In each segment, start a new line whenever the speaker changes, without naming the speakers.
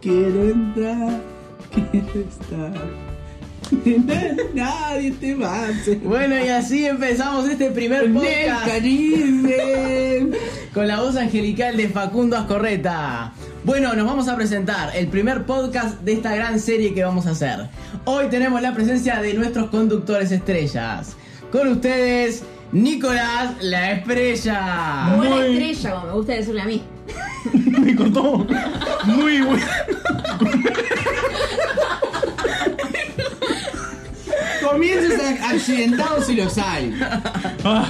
Quiero entrar, quiero estar. Nadie te va a hacer.
Bueno, y así empezamos este primer podcast
Nectarinen.
con la voz angelical de Facundo Ascorreta. Bueno, nos vamos a presentar el primer podcast de esta gran serie que vamos a hacer. Hoy tenemos la presencia de nuestros conductores estrellas. Con ustedes, Nicolás la Estrella.
Buena
Muy-
estrella, como me gusta decirle a mí.
Me cortó. Muy bueno.
Comienzos accidentados si los hay.
Ah,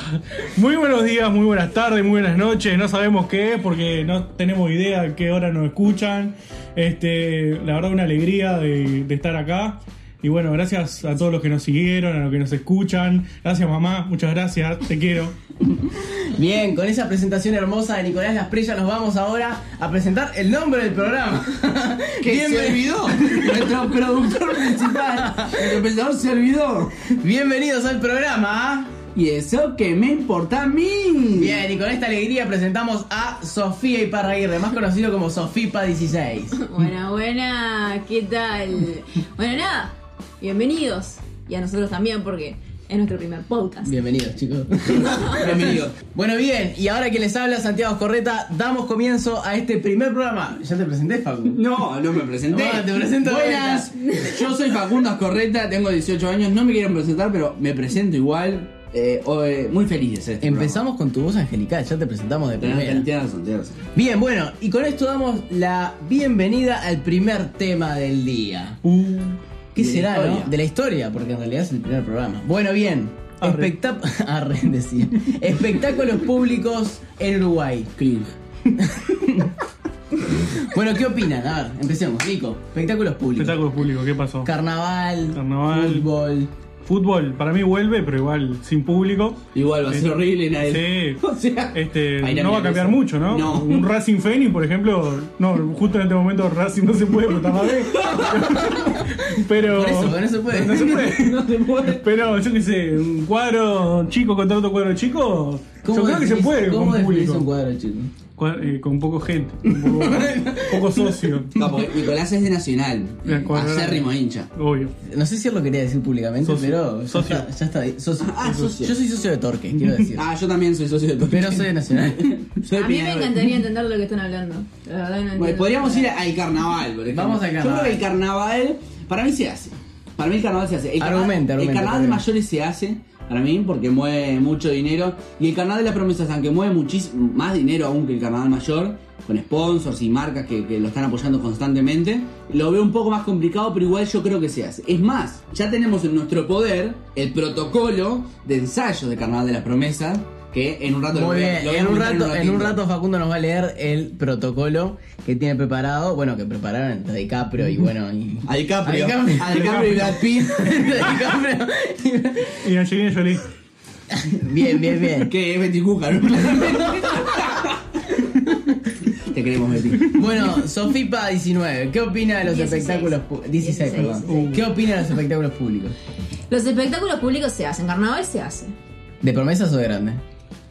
muy buenos días, muy buenas tardes, muy buenas noches. No sabemos qué es porque no tenemos idea a qué hora nos escuchan. Este, la verdad, una alegría de, de estar acá. Y bueno, gracias a todos los que nos siguieron, a los que nos escuchan. Gracias, mamá. Muchas gracias. Te quiero.
Bien, con esa presentación hermosa de Nicolás la Estrella nos vamos ahora a presentar el nombre del programa.
Que se
Bienven-
olvidó. Nuestro productor principal, nuestro pensador se olvidó.
Bienvenidos al programa.
Y eso que me importa a mí.
Bien, y con esta alegría presentamos a Sofía Iparraguirre, más conocido como Sofipa 16.
Buena, buena, ¿qué tal? Bueno, nada, bienvenidos. Y a nosotros también, porque es nuestro primer podcast.
Bienvenidos, chicos.
Bienvenido.
Bueno, bien, y ahora que les habla Santiago Correta, damos comienzo a este primer programa. ¿Ya te presenté, Facu?
No, no me presenté.
Bueno, te presento de
Buenas. Yo soy Facundo Ascorreta, tengo 18 años, no me quiero presentar, pero me presento igual. Eh, hoy- muy feliz de ser este
Empezamos con tu voz angelical, ya te presentamos de
programa. Tenés-
primera.
tenés razón, tenés razón.
Bien, bueno, y con esto damos la bienvenida al primer tema del día.
Uh,
¿Qué
De la
será, no?
historia.
De la historia, porque en realidad es el primer programa. Bueno, bien.
Arre.
Espectá- Arre, decía. Espectáculos públicos en Uruguay.
Cringe.
Bueno, ¿qué opinan? A ver, empecemos. Nico, espectáculos públicos.
espectáculo público. ¿Qué pasó?
Carnaval,
Carnaval.
fútbol.
Fútbol, para mí vuelve, pero igual sin público.
Igual va a
Sí.
ser horrible nadie.
Sí.
O sea,
Este,
Ahí la
no va a
mierda
cambiar
esa.
mucho, ¿no?
No.
Un Racing Feni, por ejemplo, no, justo en este momento Racing no se puede porque está más bien. Pero.
Por eso, porque no se puede.
No se puede.
no se puede.
Pero yo qué sé, un cuadro chico contra otro cuadro chico, yo creo que se
definís-
puede
¿Cómo
con
definís
público.
un cuadro, chico?
Cua- eh, con poco gente, con poco, poco socio,
No, porque Nicolás es de Nacional.
De acuerdo.
Acérrimo hincha.
obvio.
No sé si él lo quería decir públicamente,
Socio.
pero ya
Socio.
está. ya está ahí. Socio.
Ah, socio.
Yo soy socio de Torque, quiero decir.
Ah, yo también soy socio de Torque.
pero soy de Nacional.
Soy de
a mí me
Peñarol.
encantaría entender lo que están hablando. La verdad, no
Bueno,
entiendo.
podríamos ir al carnaval, por ejemplo.
Vamos al carnaval.
Yo creo que el carnaval, para mí se hace. Para mí el carnaval se hace. El carnaval,
Argumenta, argumenta,
el carnaval de
argumenta.
mayores se hace, para mí, porque mueve mucho dinero. Y el carnaval de las promesas, aunque mueve muchísimo más dinero aún que el carnaval mayor, con sponsors y marcas que, que lo están apoyando constantemente, lo veo un poco más complicado, pero igual yo creo que se hace. Es más, ya tenemos en nuestro poder el protocolo de ensayos de carnaval de las promesas, que en un rato lo
Muy
voy a-
bien,
lo voy a
en un,
comentar
rato, en un
ratito.
rato Facundo nos va a leer el protocolo que tiene preparado, bueno, que prepararon entre DiCaprio y bueno, y...
A DiCaprio,
A DiCaprio.
a DiCaprio y Brad Pitt.
entre DiCaprio y-
Y Angelina Jolie,
Bien, bien, bien.
Que es Betty Cúcaro, claramente. Te queremos, Betty.
Bueno, Sofipa 19, ¿qué opina de los
16.
espectáculos públicos? 16,
16,
perdón.
16.
¿Qué opina de los espectáculos públicos?
Los espectáculos públicos se hacen, carnaval se hace.
¿De promesas o de grandes?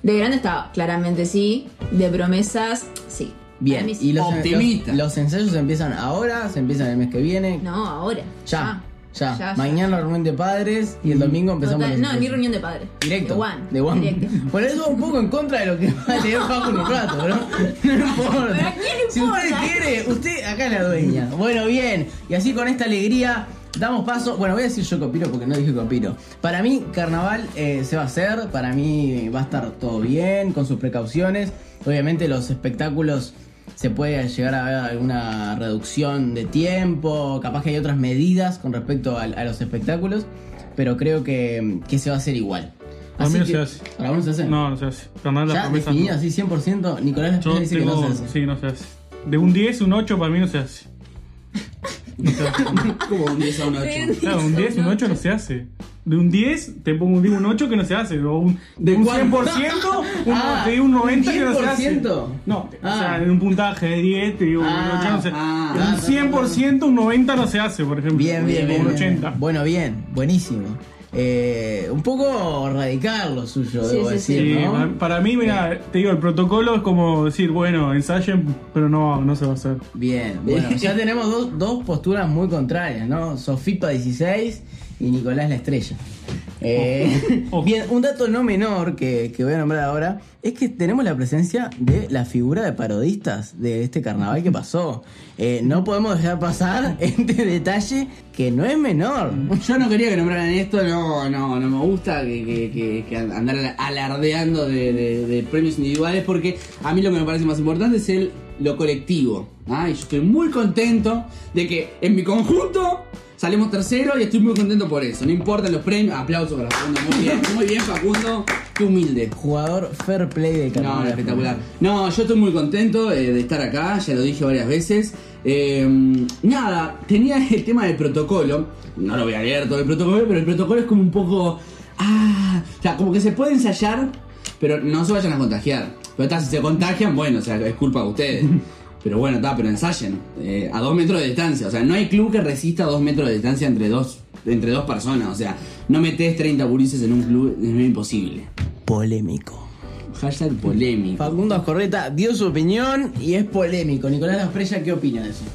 De grande estaba, claramente sí. De promesas, sí. Para
Bien,
mí sí. Oh.
y los, los,
Optimista.
los ensayos empiezan ahora, se empiezan el mes que viene.
No, ahora.
Ya, ya,
Ya, ya.
Mañana reunión de padres y el domingo empezamos
Total,
los
no,
ensayos.
ni reunión de padres.
Directo.
De One.
De One.
Directo.
Bueno, eso va un poco en contra de lo que va a leer Facu en un rato, ¿no? No importa.
Pero ¿a quién le
Si
importa?
usted quiere, usted acá es la dueña. Bueno, bien. Y así con esta alegría damos paso. Bueno, voy a decir yo que opino porque no dije que opino. Para mí, carnaval eh, se va a hacer. Para mí va a estar todo bien, con sus precauciones. Obviamente, los espectáculos. Se puede llegar a ver alguna reducción de tiempo, capaz que hay otras medidas con respecto al- a, los espectáculos, pero creo que, que se va a hacer igual.
Para mí no
que-
se hace.
Para vos no se hace.
no, no se hace. Carnal de
Ya
las promesas.
definido
no.
así 100%, Nicolás Lastrella
Yo
dice
tengo,
que no se hace.
sí, no se hace. De un 10, un 8 para mí no se hace. No se hace.
Como un 10 a un 8.
Claro, un 10, un 8 no se hace. De un 10, te pongo un 10, un 8 que no se hace. O un,
¿De
un
cuánto?
100%, un,
Ah,
te digo un
¿un
90 que no se hace.
10%?
No,
Ah.
o sea, en un puntaje de 10, te digo,
Ah,
un 8 no se
ah,
un 100%, un 90 no se hace, por ejemplo.
Bien, bien,
O
bien.
Un
bien.
80.
Bueno, bien, buenísimo. eh, un poco radical lo suyo,
Sí,
debo
sí,
decir,
Sí,
¿no?
pa- Para mí, mira, te digo, el protocolo es como decir, bueno, ensayen, pero no, no se va a hacer.
Bien, bueno, ya tenemos dos, dos posturas muy contrarias, ¿no? Sofipa 16 y Nicolás la Estrella. Eh,
Ojo.
Bien, un dato no menor que, que voy a nombrar ahora es que tenemos la presencia de la figura de parodistas de este carnaval que pasó. Eh, no podemos dejar pasar este detalle que no es menor.
Mm.
Yo no quería que nombraran esto, no, no, no me gusta que, que- que- que andar ala- alardeando de, de- de premios individuales porque a mí lo que me parece más importante es el, lo colectivo. ¿ah? Y yo estoy muy contento de que en mi conjunto salimos tercero y estoy muy contento por eso. No importan los premios, aplauso para Facundo, muy bien, muy bien Facundo, qué humilde.
Jugador fair play de carnaval.
No, no, espectacular. No, yo estoy muy contento eh, de estar acá, ya lo dije varias veces. Eh, nada, tenía el tema del protocolo. No lo voy a leer todo el protocolo, pero el protocolo es como un poco. Ah, o sea, como que se puede ensayar, pero no se vayan a contagiar. Pero está, si se contagian, bueno, o sea, es culpa de ustedes. Pero bueno, está, pero ensayen eh, a dos metros de distancia. O sea, no hay club que resista a dos metros de distancia entre dos, entre dos personas. O sea, no metes 30 gurises en un club, es imposible.
Polémico.
Hashtag polémico.
Facundo Ascorreta dio su opinión y es polémico. Nicolás La Estrella, ¿qué opina de eso?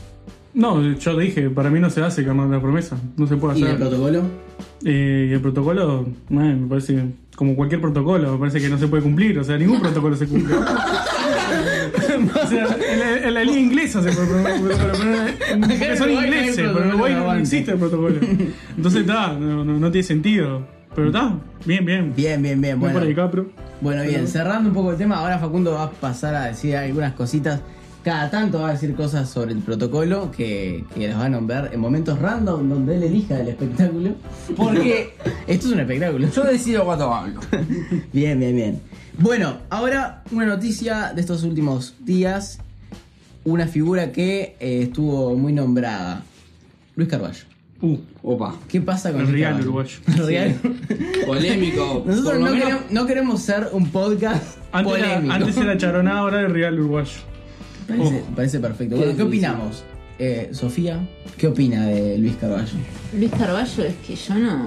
No, yo dije, para mí no se hace, carnal, la promesa. No se puede
¿Y
hacer.
del protocolo?
Eh, y el protocolo, man, me parece como cualquier protocolo, me parece que no se puede cumplir, o sea, ningún protocolo se cumple. o sea, en la, en la liga inglesa se puede cumplir el protocolo, pero en-
Acá en
son
Uruguay no hay
ingleses, pero en
protocolo,
Uruguay no
aguante.
existe el protocolo. Entonces, está, no, no- no tiene sentido. Pero está, bien, bien.
Bien, bien, bien.
Voy
Bueno,
por el capro.
Bueno, bien, cerrando un poco el tema, ahora Facundo va a pasar a decir algunas cositas. Cada tanto va a decir cosas sobre el protocolo que, que las va a nombrar en momentos random donde él elija el espectáculo. Porque esto es un espectáculo.
Yo decido cuánto hablo.
Bien, bien, bien. Bueno, ahora una noticia de estos últimos días. Una figura que eh, estuvo muy nombrada. Luis Carballo.
Uh,
Opa.
¿Qué pasa con
El
Luis
real
Carballo?
uruguayo.
El real.
Polémico. por
Nosotros
lo
no
menos-
queremos, no queremos ser un podcast
antes, era,
polémico.
antes era charonada, ahora el real uruguayo.
Parece,
Ojo.
parece perfecto.
Oh. Qué
Bueno, ¿qué
difícil.
opinamos? Eh, Sofía, ¿qué opina de Luis Carballo?
Luis Carballo es que yo no.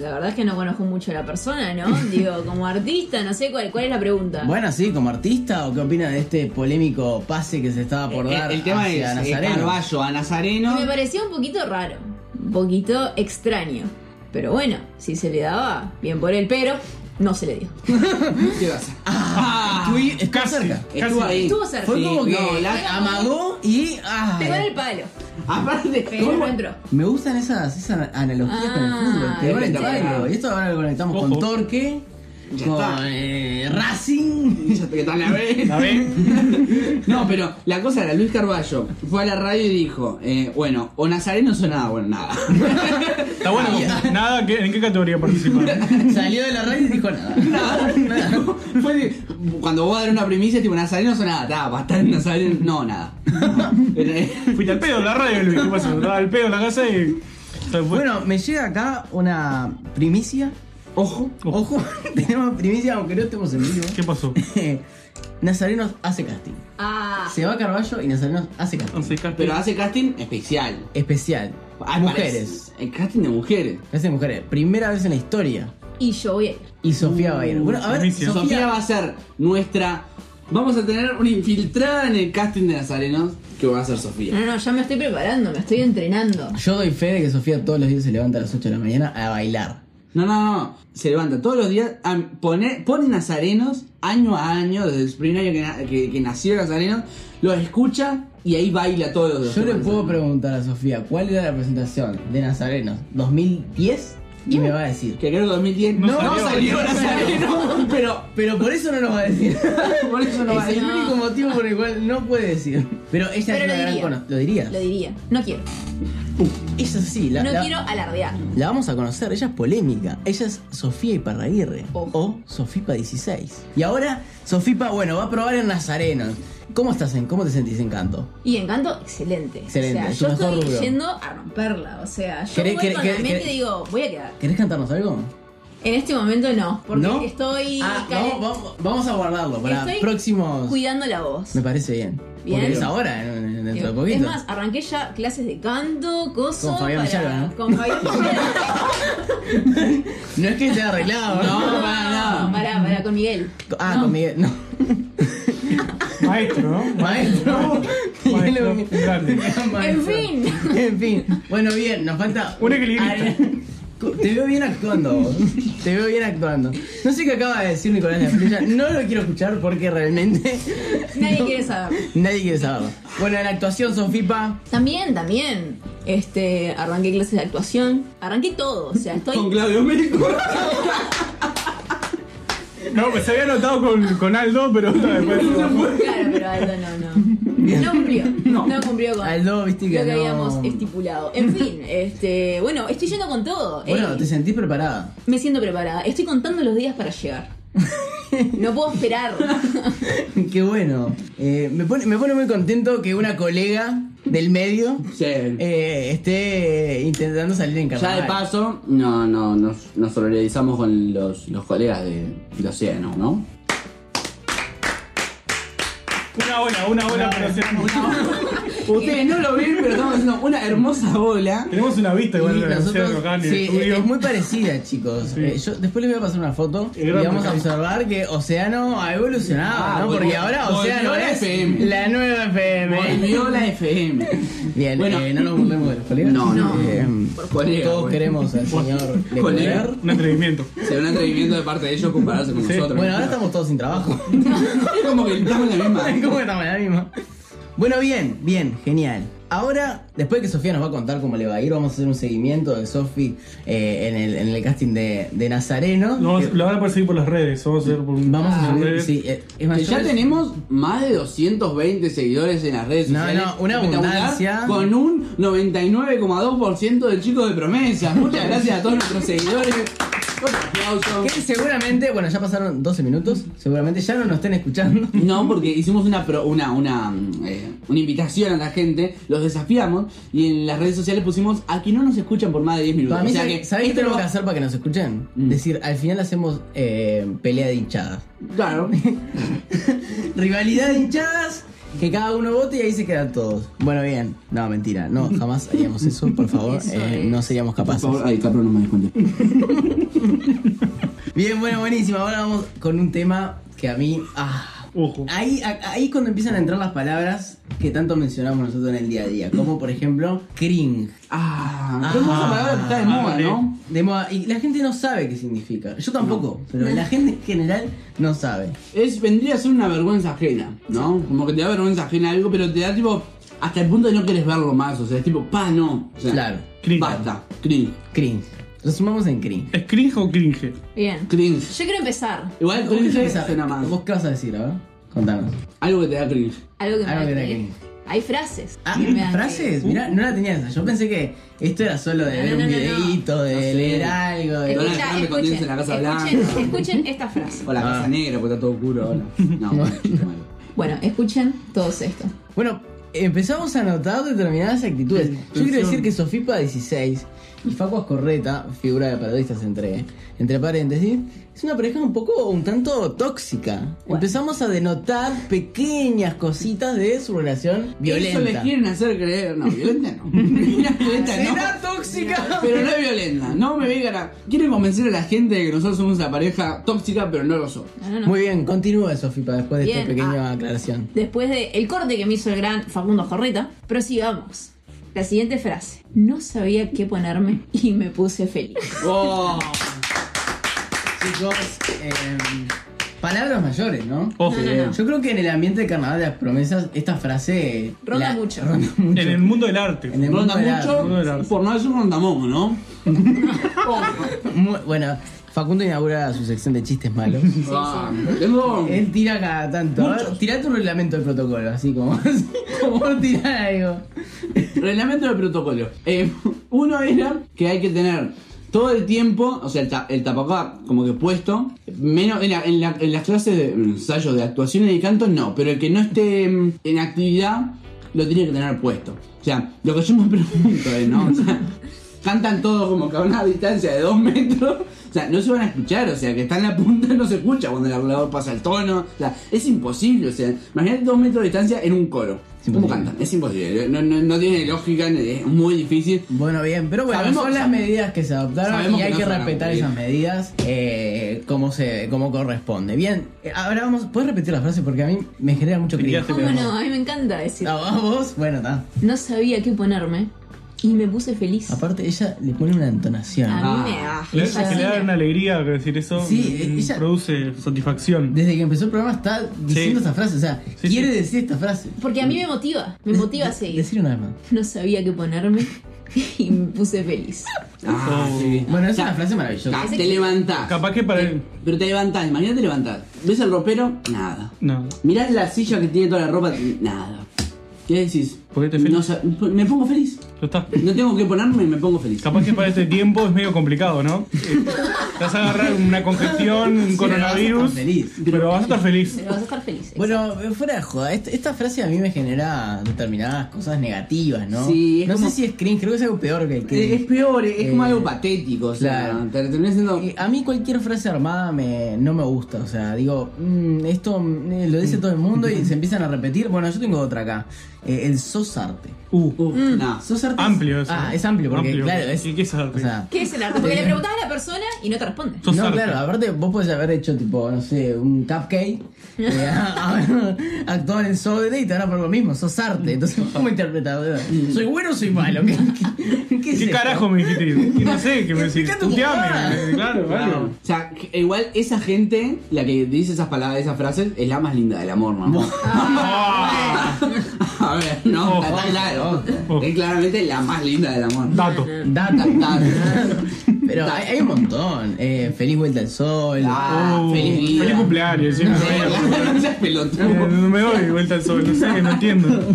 La verdad es que no conozco mucho a la persona, ¿no? Digo, como artista, no sé cuál, cuál es la pregunta.
Bueno, sí, como artista, ¿o qué opina de este polémico pase que se estaba por
El,
dar
el tema es
hacia
eh,
Nazareno?
Carballo a Nazareno.
Me pareció un poquito raro, un poquito extraño. Pero bueno, si se le daba, bien por él, pero no se le dio.
¿Qué pasa?
Ah, estuve- estuvo
casi.
cerca.
Estuvo
Casi.
ahí.
Estuvo cerca.
Fue
Sí,
como que
no, la-
Era
amagó y... ah,
Pegó en el palo,
Aparte,
pero
¿cómo-
no entró.
me gustan esas, esas analogías
Ah,
con el fútbol. Pegó en el
está
palo.
bien.
Y esto ahora lo conectamos
Ojo.
con Torque,
Ya
con
está.
eh, Racing.
Ya te- que tal la vez?
A ver,
No, pero la cosa era, Luis Carballo fue a la radio y dijo, eh, bueno, o Nazareno sonaba, bueno, nada.
está bueno. Nada, ¿qué- ¿en qué categoría participar?
Salió de la radio y dijo nada.
Fue de- cuando vos dar una primicia, tipo, Nazareno sonaba, ta, bastante Nazareno, no, nada.
Fuiste al pedo en la radio, Luis. ¿Qué pasó? Estaba al pedo en la casa y. se fue.
Bueno, me llega acá una primicia.
Ojo.
Ojo, tenemos primicia aunque no estemos en vivo.
¿Qué pasó?
Nazareno hace casting.
Ah,
Se va Carballo y Nazareno hace casting.
Entonces, Caspi-
Pero hace casting especial.
Especial.
Ah, parece-
mujeres.
El casting de mujeres.
Casting de mujeres. Primera vez en la historia.
y yo voy a ir.
Y Sofía va a ir. Bueno, a ver,
primicia.
Sofía,
Sofía va a ser nuestra. Vamos a tener una infiltrada en el casting de Nazarenos que va a ser
Mm.
Sofía.
No, no, ya me estoy preparando, me estoy entrenando.
Yo doy fe de que Sofía todos los días se levanta a las 8 de la mañana a bailar.
No, no, no. Se levanta todos los días. ah, Pone, pone Nazarenos año a año, desde el primer año que, na- que- que nació Nazarenos. Los escucha y ahí baila todos los
Yo le
temas.
puedo preguntar a Sofía cuál era la presentación de Nazareno 2010 y me va a decir.
Que creo que 2010
No
no,
salió.
salió, Nazareno, pero
Pero por eso no nos va a decir.
por eso no va a
es el
no.
único motivo por el cual no puede decir. Pero ella es
Pero
una
lo
gran
diría.
cono- ¿Lo dirías?
Lo diría, no quiero.
Ella sí, la,
no
la-
quiero alardear.
la vamos a conocer, ella es polémica. Ella es Sofía Iparraguirre.
Ojo.
O Sofipa 16. Y ahora, Sofipa, bueno, va a probar en Nazareno. ¿Cómo estás en? ¿Cómo te sentís encanto?
Y Encanto, excelente.
Excelente,
O sea,
es
yo
tu mejor
estoy
rubro.
yendo a romperla. O sea, yo
¿Querés-
voy
querés-
con
querés-
la mente
querés-
y digo, voy a quedar.
¿Querés cantarnos algo?
En este momento no, porque
¿No?
estoy,
Ah,
cal-
vamos, vamos- vamos a guardarlo para
Estoy
próximos.
cuidando la voz.
Me parece bien.
Bien.
Porque es ahora, en- en- dentro de
es
poquito.
más, arranqué ya clases de canto, cosas.
Con Fabián Villalba, ¿no?
Con Fabián Villalba.
No es que esté arreglado.
No,
No, pará, pará, con Miguel.
Ah, con Miguel. No.
Maestro, ¿no?
Maestro.
Maestro,
Miguel
un grande.
En
Maestro.
fin.
En fin. Bueno, bien, nos falta.
Un equilibrista.
Ari- Te veo bien actuando. vos. Te veo bien actuando. No sé qué acaba de decir Nicolás de la Flecha. No lo quiero escuchar porque realmente.
Nadie
no-
quiere saber.
Nadie quiere saberlo. Bueno, en la actuación, Sofipa.
También, también. Este, arranqué clases de actuación. Arranqué todo, o sea,
Con
estoy.
Claudio Médico.
No, pues se había anotado con, con Aldo, pero después.
Claro, pero Aldo no, no. No cumplió. No, cumplió con
Aldo, viste
lo
que
que
no.
habíamos estipulado. En fin, este, bueno, estoy yendo con todo.
Bueno,
Eh.
Ey,
te sentís preparada.
Me siento preparada. Estoy contando los días para llegar. No puedo esperar.
Qué bueno. Eh, me, pone, me pone muy contento que una colega del medio
Sí.
eh, esté intentando salir en
Ya
carnaval.
de paso, no, no, nos, nos solidarizamos con los, los colegas de, de Océano, ¿no?
Una ola, una ola, pero
Ustedes no lo ven, pero estamos haciendo una hermosa bola.
Tenemos una vista
Y
igual de la
nosotros-
Luciano Cani,
sí,
el estudio.
es muy parecida, chicos.
Sí.
Eh, yo después les voy a pasar una foto
El
y
gran
vamos a
mercado.
observar que Océano ha evolucionado,
Ah,
¿no?
volvió-
Porque ahora
volvió
Océano
la
es
FM.
la nueva FM.
Volvió la FM.
Bien,
Bueno.
eh, no nos burlemos de los colegas.
No, no.
Eh,
Colega,
todos
bueno.
queremos al señor
Colega.
Leclerc.
Un atrevimiento.
Será un atrevimiento de parte de ellos compararse con
Sí.
nosotros.
Bueno, ahora estamos todos sin trabajo.
Es como que estamos en la misma.
¿Cómo estamos en la misma? Bueno, bien, bien, genial. Ahora, después que Sofía nos va a contar cómo le va a ir, vamos a hacer un seguimiento de Sofi eh, en, el, en el casting de, de Nazareno. Eh,
Lo vamos- lo van a perseguir por las redes. Vamos a hacer por un-
Vamos
por
a
las
subir,
redes.
sí, eh, es más,
Que ya
yo-
tenemos más de 220 seguidores en las redes
No,
sociales.
no, una
Espectacular,
abundancia.
Con un 99,2% de chicos de promesas. Muchas gracias a todos nuestros seguidores. Otro aplauso.
Que seguramente, bueno, ya pasaron 12 minutos, seguramente ya no nos estén escuchando.
No, porque hicimos una pro- una una, mm, eh, una invitación a la gente, los desafiamos y en las redes sociales pusimos a que no nos escuchan por más de 10 minutos.
Para mí,
o sea
¿sabes
que
sabés qué
esto
tenemos
va-
que hacer para que nos escuchen?
Mm.
Decir, al final hacemos eh, pelea de hinchadas.
Claro.
Rivalidad de hinchadas, que cada uno vote y ahí se quedan todos. Bueno, bien. No, mentira, no, jamás haríamos eso, por favor,
Eso
eh,
es.
no seríamos
Por
capaces.
favor, ay, cabrón, no me descuente.
Bien, bueno, buenísimo. Ahora vamos con un tema que a mí... Ah,
Ojo.
Ahí, a- ahí cuando empiezan a entrar las palabras que tanto mencionamos nosotros en el día a día, como por ejemplo cringe.
Ah,
Ah.
qué hermosa palabra que está de moda,
Ah,
¿no?
De moda, y la gente no sabe qué significa. Yo tampoco, pero la gente en general no sabe.
Es, vendría a ser una vergüenza ajena, ¿no? Como que te da vergüenza ajena algo, pero te da tipo. Hasta el punto de no quieres verlo más, o sea, es tipo, pa, no. O sea,
Claro.
Cringe.
Basta, cringe.
Cringe. Lo sumamos en cringe.
¿Es cringe o cringe?
Bien.
Cringe.
Yo quiero empezar.
Igual
¿Vos
cringe
qué
es
pensás?
más.
¿Vos qué vas a decir, a ver? Contanos.
Algo que te da cringe.
Algo que me
Algo
da
que te da
cringe. Hay frases.
Ah,
que me dan
frases,
cringe.
mirá, no la tenía esa. Yo pensé que esto era solo de ver
No, Ah, no,
un
no, no.
videíto, de
No sé.
leer algo. de-
Donald
Escucha,
Trump me condensa en
escuchen,
la Casa
escuchen,
Blanca.
escuchen esta frase.
O la casa
Ah.
negra, porque está todo oscuro ahora. No, bueno, chiste malo.
Bueno, escuchen todos esto.
Bueno, empezamos a notar determinadas actitudes. Yo quiero decir que Sofipa 16 y Facu Ascorreta, figura de periodistas entre, entre paréntesis, es una pareja un poco, un tanto tóxica. Empezamos a denotar pequeñas cositas de su relación
Eso les
violenta.
quieren hacer creer. No, violenta no. violenta no.
¿Será tóxica?
Pero no es violenta. No me vengan a. Quieren convencer a la gente de que nosotros somos una pareja tóxica, pero no lo somos.
No, no, no.
Muy bien, continúa Sofipa después de
Bien,
esta pequeña
ah.
aclaración.
Después del corte que me hizo el gran Facundo Jorreta, prosigamos. La siguiente frase. No sabía qué ponerme y me puse feliz.
Oh.
Chicos, em, palabras mayores, ¿no?
Ojo.
No, no, no.
Yo creo que en el ambiente de Carnaval de las Promesas, esta frase... eh,
Ronda
la-
mucho.
Ronda mucho.
En el mundo del arte.
En el
Ronda
mundo de la-
mucho,
del arte.
por no decir rondamos, ¿no? Oh,
Mu- bueno, Facundo inaugura su sección de chistes malos.
Ah, Tengo.
Él tira cada tanto. A ver, Tira tu reglamento del protocolo, así como, como tirar algo.
Reglamento de protocolo. Eh, uno era que hay que tener todo el tiempo, o sea, el, ta- el tapabocas como que puesto, menos en, la- en la- en las clases de mm, ensayo de actuación y de canto, no, pero el que no esté mm, en actividad lo tiene que tener puesto. O sea, lo que yo me pregunto es, ¿no? O sea, cantan todos como que a una distancia de dos metros, sea, no se van a escuchar, o sea, que está en la punta no se escucha cuando el hablador pasa el tono, o sea, es imposible, o sea, imagínate dos metros de distancia en un coro. ¿Cómo
imposible.
cantan? Es imposible, no, no- no tiene lógica, es muy difícil.
Bueno, bien, pero bueno,
Sabemos-
son las
sab-
medidas que se adoptaron
sabemos
y
que
hay
no
que
se van a
respetar
cumplir.
esas medidas eh, como se como corresponde. Bien, eh, ahora vamos, ¿puedes repetir la frase? Porque a mí me genera mucho
Criaste
cringe.
¿Cómo no? A mí me encanta decir.
Ah, vos, bueno, está.
No sabía qué ponerme y me puse feliz.
Aparte, ella le pone una entonación.
A mí me
Ah.
ah,
Le,
me
que le da
fascina.
una alegría que decir eso
Sí,
mm,
ella-
produce satisfacción.
Desde que empezó el programa está diciendo
Sí.
esa frase, o sea,
Sí,
quiere
sí.
decir esta frase.
Porque a mí me motiva, me motiva a seguir.
Decir una vez más.
No sabía qué ponerme y me puse feliz.
Ah,
Oh.
sí.
Bueno, es
O sea,
una frase maravillosa.
ca- te levantás.
Capaz que para
Te-
el-
Pero te levantás, imagínate levantás. ¿Ves el ropero? Nada.
No.
Mirás la silla que tiene toda la ropa, nada. ¿Qué decís?
¿Por qué te feliz?
No sa- me pongo feliz.
Lo estás-
No tengo que ponerme, me pongo feliz.
Capaz que para este tiempo es medio complicado, ¿no? Eh, Te vas a agarrar una congestión,
Sí,
un
pero vas a estar
coronavirus.
feliz.
Pero vas a estar feliz.
Pero vas a estar feliz.
Bueno, fuera de joda, est- esta, frase a mí me genera determinadas cosas negativas, ¿no?
Sí, es
no
como-
sé si es cringe, creo que es algo peor que el cringe.
Eh, Es peor, es como
Eh,
algo patético. O sea,
claro.
te terminás siendo.
Eh, A mí cualquier frase armada me, no me gusta, o sea, digo, mm, esto mm, lo dice todo el mundo y se empiezan a repetir. Bueno, yo tengo otra acá, eh, el sosarte.
Uh,
Uf,
Mm.
no.
Sosarte es-
amplio eso.
Ah, es amplio, porque
Amplio.
claro, es...
¿Y qué es arte?
o sea,
¿Qué es el arte? Porque le preguntás a la persona y no te responde.
Sos
no,
arte.
claro, aparte vos podés haber hecho tipo, no sé, un cupcake, eh, a- a- actuar en sobre y te van a poner lo mismo, sos arte. Entonces, ¿cómo interpretador? ¿Soy bueno o soy malo? ¿Qué, qué- qué es
¿Qué
esto?
carajo me dijiste? Y no sé qué me decís.
Explica tu jugada.
Puteame. eh, Claro,
Claro.
Ah,
claro.
O sea, que- igual esa gente, la que dice esas palabras, esas frases, es la más linda del amor, mamá.
Ah,
A ver, no,
Ojo.
está tan claro.
Ojo.
Es claramente la más linda del amor.
dato.
Data.
Data.
Pero hay, hay un montón. Eh, feliz vuelta al sol.
Ah,
Uh,
feliz vida.
feliz cumpleaños. sí, no sé.
No seas
Eh,
pelotudo.
No me doy vuelta al sol, no sé, no entiendo.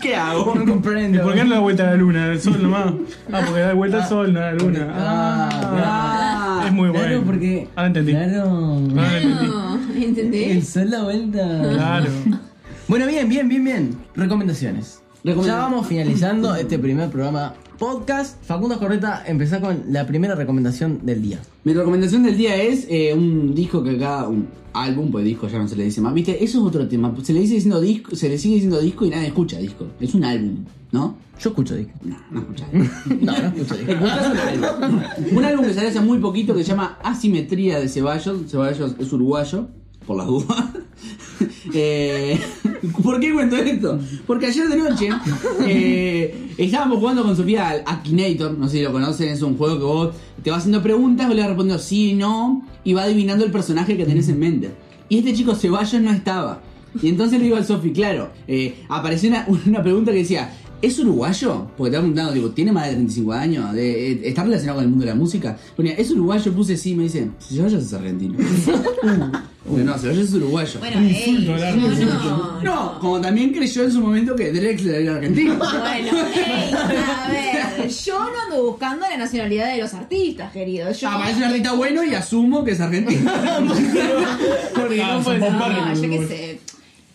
¿Qué hago?
uh, no comprendo.
¿Y por qué no da vuelta a la luna? Al sol nomás. Ah, porque da vuelta al sol, no a la luna. Ah,
Ah,
es muy bueno.
Claro, porque.
Ahora entendí.
Claro.
Ahora entendí.
No,
El
¿entendés?
sol da vuelta.
Claro.
Bueno, bien, bien, bien, bien. Recomendaciones.
Recomendaciones.
Ya vamos finalizando este primer programa podcast. Facundo Correta, empezá con la primera recomendación del día.
Mi recomendación del día es eh, un disco que acá, un álbum, pues disco ya no se le dice más. Viste, eso es otro tema. Se le dice diciendo disco, se le sigue diciendo disco y nadie escucha disco. Es un álbum, ¿no?
Yo escucho disco.
No, no escucha. Escuchas
No, no escucho disco.
un álbum. Un álbum que salió hace muy poquito que se llama Asimetría de Ceballos. Ceballos es uruguayo, por las dudas. Eh, ¿Por qué cuento esto? Porque ayer de noche eh, estábamos jugando con Sofía al Akinator, no sé si lo conocen, es un juego que vos te vas haciendo preguntas, vos le vas respondiendo sí, no, y va adivinando el personaje que tenés en mente. Y este chico Ceballos no estaba. Y entonces le digo al Sofi, claro, eh, apareció una, una pregunta que decía, ¿es uruguayo? Porque te habían preguntado, digo, ¿tiene más de 35 años? De, eh, ¿Está relacionado con el mundo de la música? Ponía, ¿es uruguayo? Puse sí, me dicen, Ceballos es argentino. Uy, no, Ceballos es uruguayo.
Bueno, ey,
Insulto,
no,
Larry,
no,
No, como también creyó en su momento que Drexler era argentino.
Bueno, ey, a ver, yo no ando buscando la nacionalidad de los artistas, querido. Yo
Ah,
Aparece un artista bueno y asumo que es argentino.
Porque
Ah,
no puede
somos
ser.
par-
No, yo qué sé.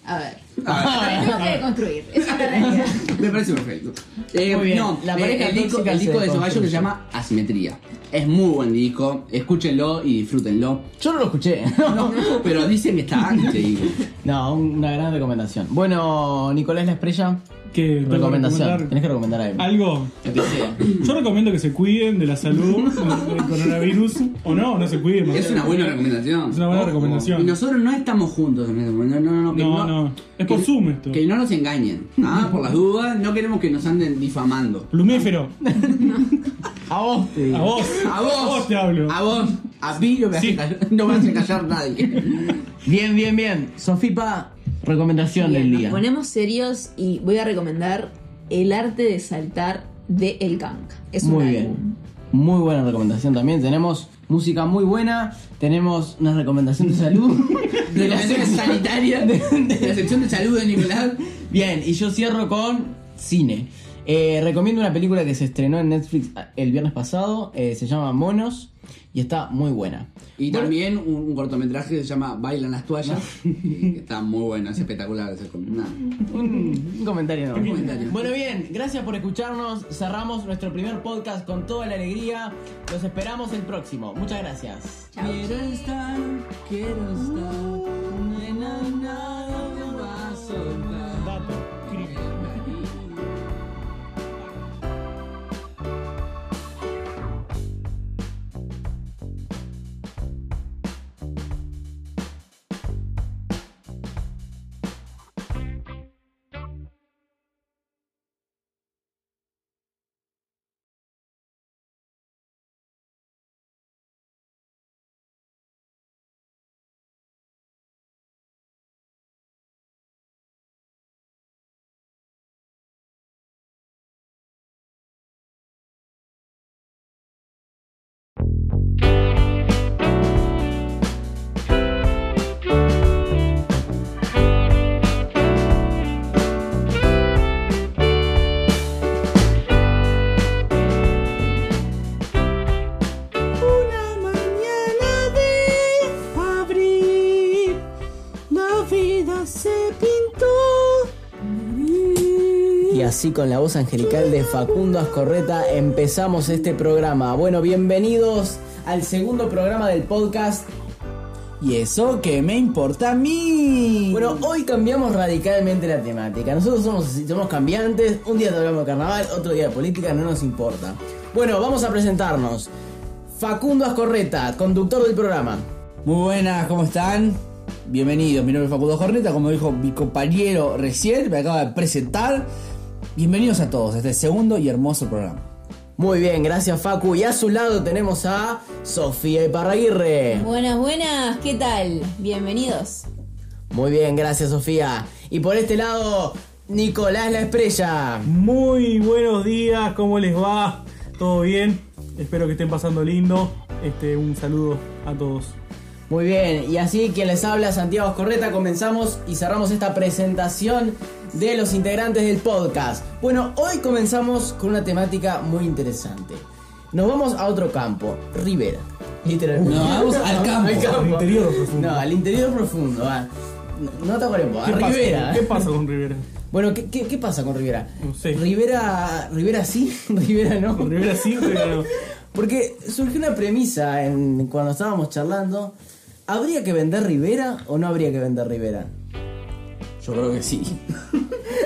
A ver,
Ah,
A
tengo que construir. Es una realidad.
ver, Me parece perfecto. Eh,
Muy bien,
no,
la
eh,
pareja
el disco,
tóxica
el
se
disco de Ceballos que
deconstruye.
se llama Asimetría. Es muy buen disco, escúchenlo y disfrútenlo.
Yo no lo escuché.
No, pero dicen que está increíble.
No, un- una gran recomendación. Bueno, Nicolás La Estrella,
¿Qué? ¿Tengo que
recomendación.
recomendar
Tenés que recomendar algo.
¿Algo?
Lo que sea.
Yo recomiendo que se cuiden de la salud del coronavirus. O no, no se cuiden.
Es una buena recomendación.
Es una buena
Ojo.
recomendación.
Y nosotros no estamos juntos en este momento. No, no, no. que
No, no. Es por
que-
Zoom esto.
Que no nos engañen. Ah, por las dudas, no queremos que nos anden difamando.
Plumífero,
A vos te
a
digo.
vos.
A vos,
A vos te hablo.
A vos, a mí no me hace
Sí.
callar, no me hace callar nadie.
Bien, bien, bien. Sofipa, recomendación
Bien,
del
nos
día.
ponemos serios y voy a recomendar El arte de saltar de El Kank. Es un
Muy
álbum.
bien. Muy buena recomendación también. Tenemos música muy buena. Tenemos una recomendación de salud.
De la sección sanitaria, de, la sección de salud de Nicolás.
Bien, y yo cierro con cine. Eh, recomiendo una película que se estrenó en Netflix ah, el viernes pasado. eh, se llama Monos y está muy buena.
Y
Bueno,
también un, un cortometraje que se llama Bailan las toallas. que está muy bueno, es espectacular. Es como una-
Un, un comentario no.
comentario.
Bueno, bien, gracias por escucharnos. Cerramos nuestro primer podcast con toda la alegría. Los esperamos el próximo. Muchas gracias.
Chao.
Quiero estar, quiero estar, nena, nada me va a soltar.
Dato crítico.
Una mañana de abril, la vida se pintó.
Y así con la voz angelical de Facundo Ascorreta empezamos este programa. Bueno, bienvenidos al segundo programa del podcast.
Y eso que me importa a mí.
Bueno, hoy cambiamos radicalmente la temática. Nosotros somos así, somos cambiantes. Un día te hablamos de carnaval, otro día de política, no nos importa. Bueno, vamos a presentarnos. Facundo Ascorreta, conductor del programa.
Muy buenas, ¿cómo están? Bienvenidos, mi nombre es Facundo Jorneta, como dijo mi compañero recién, me acaba de presentar. Bienvenidos a todos a este segundo y hermoso programa.
Muy bien, gracias Facu. Y a su lado tenemos a Sofía Iparraguirre.
Buenas, buenas, ¿qué tal? Bienvenidos.
Muy bien, gracias Sofía. Y por este lado, Nicolás La Estrella.
Muy buenos días, ¿cómo les va? ¿Todo bien? Espero que estén pasando lindo. Este, un saludo a todos.
Muy bien, y así quien les habla, Santiago Correta, comenzamos y cerramos esta presentación de los integrantes del podcast. Bueno, hoy comenzamos con una temática muy interesante. Nos vamos a otro campo, Rivera. Literalmente.
Nos vamos al campo.
Al interior profundo.
No, al interior profundo. va. No- No te acuerdo, a
¿Qué pasa?
Ah, Rivera. eh.
¿Qué pasa con Rivera?
Bueno, ¿qué, qué, qué pasa con Rivera?
No sé.
Rivera, Rivera sí, Rivera no.
Con Rivera sí, Rivera no.
Porque surgió una premisa en, cuando estábamos charlando. ¿Habría que vender Rivera o no habría que vender Rivera?
Yo creo que sí.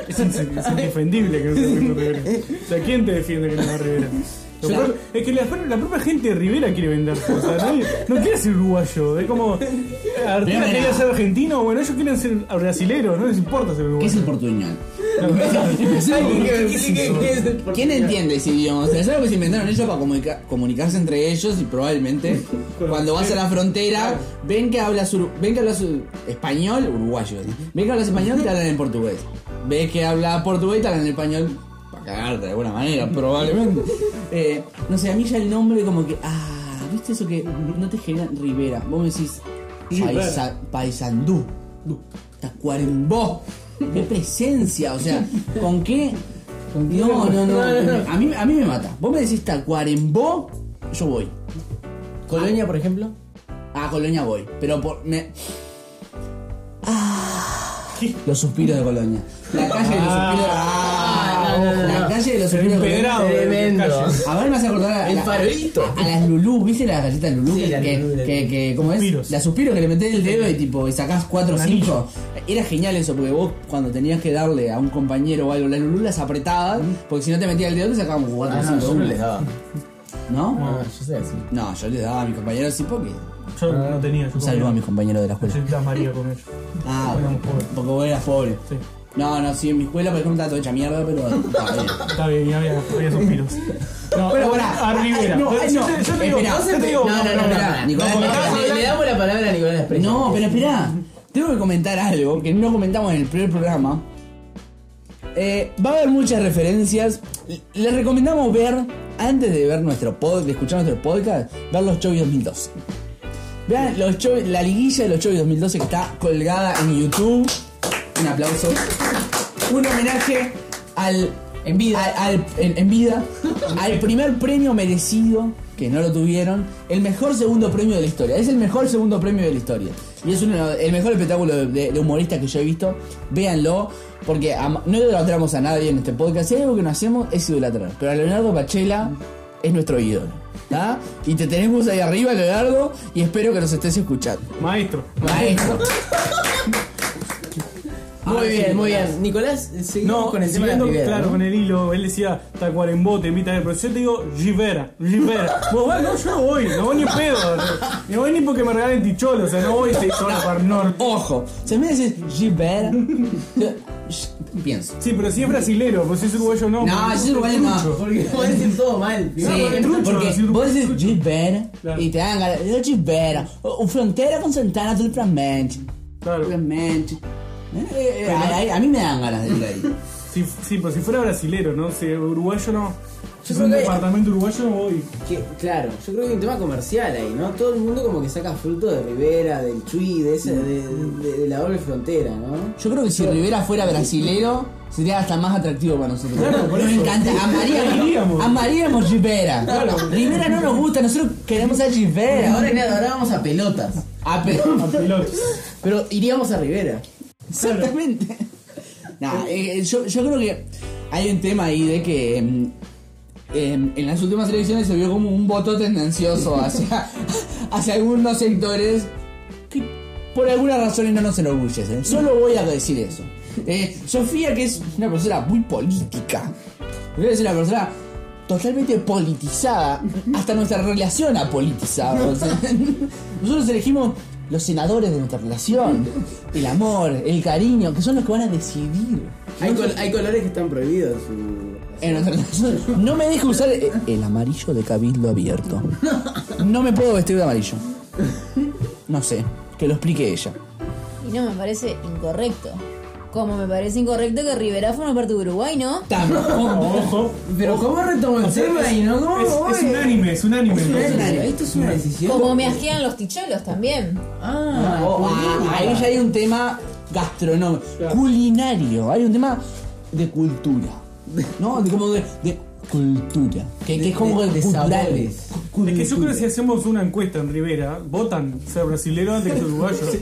Es, in- es indefendible que no se venda Rivera. O sea, ¿quién te defiende que no va Rivera? Lo
Yo-
propio- es que la, la propia gente de Rivera quiere venderse. O sea, nadie- no, quiere ser uruguayo. Es como. Argentina quería ser argentino. Bueno, ellos quieren ser brasileros. No les importa ser
¿Qué es
uruguayo.
el portuñol?
¿Quién entiende ese idioma? O sea, es algo que se inventaron ellos para comunica- comunicarse entre ellos y probablemente cuando vas a la frontera ven que hablas, ur- ven que hablas ur- español, uruguayo, ¿eh? ven que hablas español te hablan en portugués, ves que habla portugués te hablan en español para cagarte de alguna manera, probablemente. Eh, no sé, a mí ya el nombre como que, ah, viste eso que no te genera Rivera, vos me decís Paisa- Paisandú, Tacuarembó, qué presencia, o sea, ¿con qué? No, no, no. A, mí, a mí me mata. Vos me decís Tacuarembó, yo voy.
Colonia, por ejemplo.
A Colonia voy. Pero por. Me... Ah, los suspiros de Colonia. La calle de los suspiros. Ah,
no, no, no,
la
no.
calle de los suspiros de Colonia.
Empedrado.
Tremendo.
A ver, me hace acordar a,
El
la-
farolito.
a las Lulú, ¿viste las galletas Lulú?
Sí,
que,
las
que,
Lulú, las
que- que- ¿cómo es?
Suspiros.
Las suspiros que le metés el dedo y tipo, y sacás 4 o
Un anillo.
5. Era genial eso, porque vos cuando tenías que darle a un compañero o algo, las Lulú las apretabas,
Mm.
porque si no te metía el dedo te sacábamos
Ah,
4 o 5.
daba.
¿No?
Ah, yo sé así.
No, yo les daba a mis compañeros sí porque.
Yo no tenía. Yo
Un saludo a
comía.
mis compañeros de la
Yo
escuela.
estaba María con ellos.
Ah, bueno,
Éramos pobres.
porque vos eras pobre.
Sí.
No, no, sí, en mi escuela, por ejemplo, estaba todo hecha mierda, pero. está bien.
Está bien, ya había, había suspiros. No,
Bueno, pará.
a Rivera.
Ay, no, ay,
yo,
no.
te, yo te digo,
Espera.
yo te digo,
No, no, no, no,
pará,
no.
Nicolás,
No,
pará.
le- Le damos la palabra a Nicolás Esprella.
No, pero esperá. Tengo que comentar algo que no comentamos en el primer programa. Eh, va a haber muchas referencias. L- Les recomendamos ver, antes de ver nuestro podcast, de escuchar nuestro podcast, ver los Chovy 2012. Vean los Chovy- la liguilla de los Chovy 2012 que está colgada en YouTube. Un aplauso. Un homenaje al
En vida.
al- al- en, en vida, al primer premio merecido, que no lo tuvieron, el mejor segundo premio de la historia. Es el mejor segundo premio de la historia. Y es uno, el mejor espectáculo de, de- de humoristas que yo he visto. Véanlo, porque ama- no idolatramos a nadie en este podcast. Si hay algo que no hacemos es idolatrar. Pero a Leonardo Pachela es nuestro ídolo. ¿tá? Y te tenemos ahí arriba, Leonardo, y espero que nos estés escuchando.
Maestro.
Maestro. Ah,
Muy bien, muy bien. Nicolás, seguimos con el tema de la
siguiendo,
primera,
claro,
¿no?
con el hilo, él decía Tacuarembó, te invita a ir, pero yo te digo Rivera, Rivera. Vos vas, no, yo no voy, no voy ni en pedo, no, no voy ni porque me regalen ticholo, o sea, no voy te solo para el norte.
Ojo, se me dice Gilbert. Pienso.
Sí, pero si es brasilero, pues si es uruguayo no.
No,
porque-
es uruguayo no.
Porque puede decir todo mal.
Sí,
Primero porque-
trucho,
porque
decir,
vos decís Gilbert
Claro.
y te dan ganas. Yo Gilbert, o, o frontera con Santana, tú para Mente.
Claro.
eh, a, a- a mí me dan ganas de ir ahí.
Si- sí, pero si fuera brasilero, ¿no? Si uruguayo no. Si
Yo
es
creo
un
que-
departamento uruguayo no voy.
Que- claro, yo creo que hay un tema comercial ahí, ¿no? Todo el mundo como que saca fruto de Rivera, del Chuy, de, ese, de, de- de la doble frontera, ¿no?
Yo creo que si Rivera fuera brasilero, sería hasta más atractivo para nosotros.
Claro, por
nos
eso.
encanta. Amaríamos,
Amaríamos.
amaríamos Gilbert. Rivera no nos gusta, nosotros queremos a Gilbert.
Ahora, nada, ahora vamos a pelotas.
A pe-
A pilotos.
Pero iríamos a Rivera.
Exactamente. Nah, eh, eh, yo, yo creo que hay un tema ahí de que em, em, en las últimas elecciones se vio como un voto tendencioso hacia, hacia algunos sectores que por alguna razón no nos enorgullecen. ¿eh? Solo voy a decir eso. Eh, Sofía, que es una persona muy política, es una persona totalmente politizada, hasta nuestra relación ha politizado. o sea, nosotros elegimos los senadores de nuestra relación, el amor, el cariño, que son los que van a decidir.
Hay, col- hay colores que están prohibidos. su-
En nuestra relación. No me deje usar el- el amarillo de cabildo abierto. No me puedo vestir de amarillo. No sé, que lo explique ella.
Y no me parece incorrecto. Como me parece incorrecto que Rivera forma parte de Uruguay, ¿no?
Ojo.
Pero ¿cómo retomó el tema y no? ¿Cómo?
Es, es un anime, es un anime. entonces.
Esto es una decisión.
Como me asquean los ticholos también.
Ah,
Oh, ah, ahí ya hay un tema gastronómico, culinario, hay un tema de cultura, ¿no? De como de, de cultura, que, que es como
De- de-
de,
de
cultural.
sabores.
Cu-
Es que yo creo
cultura.
que si hacemos una encuesta en Rivera, votan ser brasileros antes que ser uruguayos. yo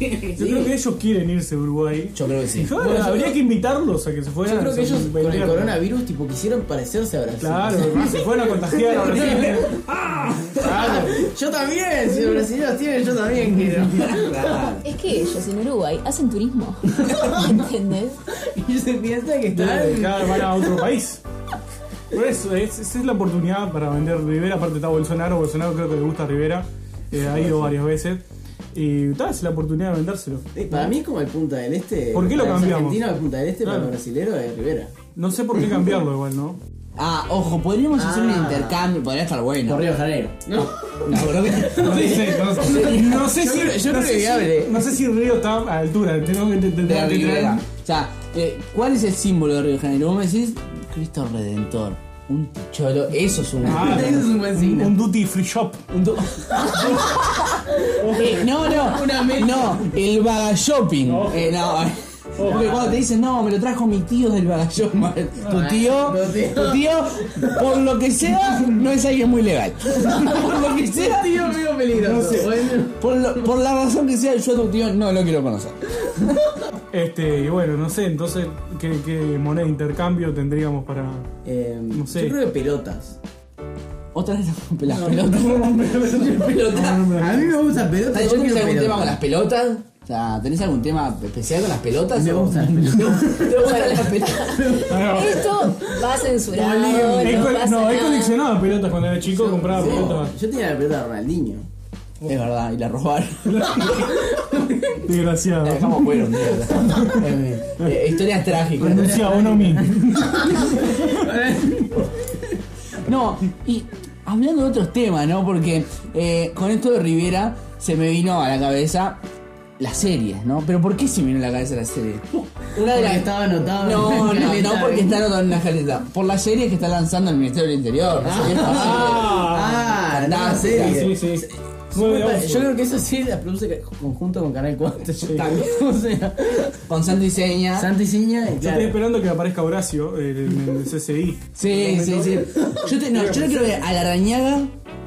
creo que ellos quieren irse a Uruguay.
Yo creo que sí.
Claro, habría que invitarlos a que se fueran.
Yo creo que
o sea,
ellos con el
vendrían.
coronavirus tipo quisieron parecerse a Brasil.
Claro, se fueron a contagiar a Brasil.
Claro. Yo también, si los brasileños tienen, yo también quiero.
Es que ellos en Uruguay hacen turismo. ¿Entendés?
y se piensa que
Claro,
están.
claro, van a otro país. Por eso, es- esa es la oportunidad para vender Rivera. Aparte está Bolsonaro, Bolsonaro creo que le gusta Rivera. eh, ha ido varias veces. Y tal, es la oportunidad de vendérselo.
Eh, Para mí es como el Punta del Este.
¿Por qué lo
para los
cambiamos?
argentinos el Punta del Este, para
Claro.
los brasileros es Rivera.
No sé por qué cambiarlo igual, ¿no?
Ah, ojo, podríamos hacer un
Ah.
intercambio, podría estar bueno.
Río de Janeiro. No.
No, creo que-
No sé, no sé. No sé
Yo
si.
creo- yo
no
creo
sé
que
si-
hable.
No sé si Río está a altura. Tengo que entender.
de Rivera. O sea, eh, ¿cuál es el símbolo de Río de Janeiro? Vos me decís, Cristo Redentor, un ticholo, eso es un...
Ah,
Eso es un buen signo.
Un duty free shop.
Un do- Eh, no, no, no, el baga shopping. Eh, no.
Oh.
Porque cuando te dicen, no, me lo trajo mi tío del baga shopping. Tu tío,
No, tío.
tu tío, por lo que sea, no es alguien muy legal. Por lo que sea,
Tío medio peligroso. Bueno.
por, lo- por la razón que sea, yo a tu tío no lo quiero conocer.
Este, y bueno, no sé, entonces, ¿qué, qué moneda de intercambio tendríamos para.
Eh,
No sé.
Yo creo que pelotas.
Otra vez las pelotas.
A mí me gusta pelotas.
¿Tenés
yo quiero
algún tema
pelotas.
con las pelotas? O sea, ¿tenés algún tema especial con las pelotas?
Me gustan las
¿Te gustan las pelotas?
Esto va censurado.
He
No,
col-
pasa
no, he
nada.
coleccionado pelotas cuando era chico, compraba pelotas.
Yo tenía la pelota de Ronaldinho.
Es verdad, y la robaron.
Desgraciado.
La dejamos fuera un día. Eh, historias trágicas.
Renuncia a uno mismo.
No, y hablando de otros temas, ¿no? Porque eh, con esto de Rivera se me vino a la cabeza las series, ¿no? Pero ¿por qué se me vino a la cabeza las series? Una de
Porque
las-
estaba anotado.
No, no,
en la
no,
caleta,
porque
¿eh?
está anotado en la caleta. Por las series que está lanzando el Ministerio del Interior. no sé qué pasa.
Ah,
Fantástica.
no, serie.
Sí, sí. 9 de
Bueno,
agosto.
Yo creo que eso sí la produce conjunto con Canal 4.
También.
o sea,
Con Santi Seña.
Santi Ciña y
Yo estoy
claro.
esperando que aparezca Horacio en el, en el CCI.
Sí, sí, sí. Yo, te, no, yo lo quiero ver a la arañaga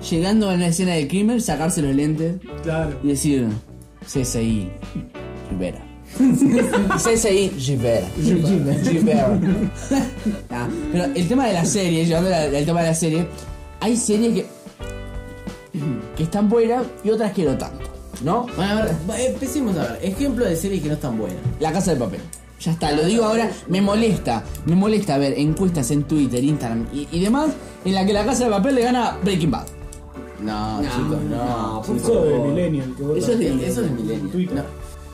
llegando a una escena de crimen, sacarse los lentes
Claro.
y decir: CSI Rivera. CSI Rivera. Rivera. Nah, pero el tema de la serie, llevando la- el tema de la serie, hay series que, que están buenas y otras que no tanto, ¿no?
Bueno, a ver, va, empecemos a ver. Ejemplo de series que no están buenas.
La casa de papel. Ya está, lo digo ahora, me molesta, me molesta ver encuestas en Twitter, Instagram y, y demás en la que la casa de papel le gana Breaking Bad.
No, chicos, no. por
Eso de
favor.
Millennial. Que vos
Eso es
también.
de, eso es de Millennial.
Twitter.
No.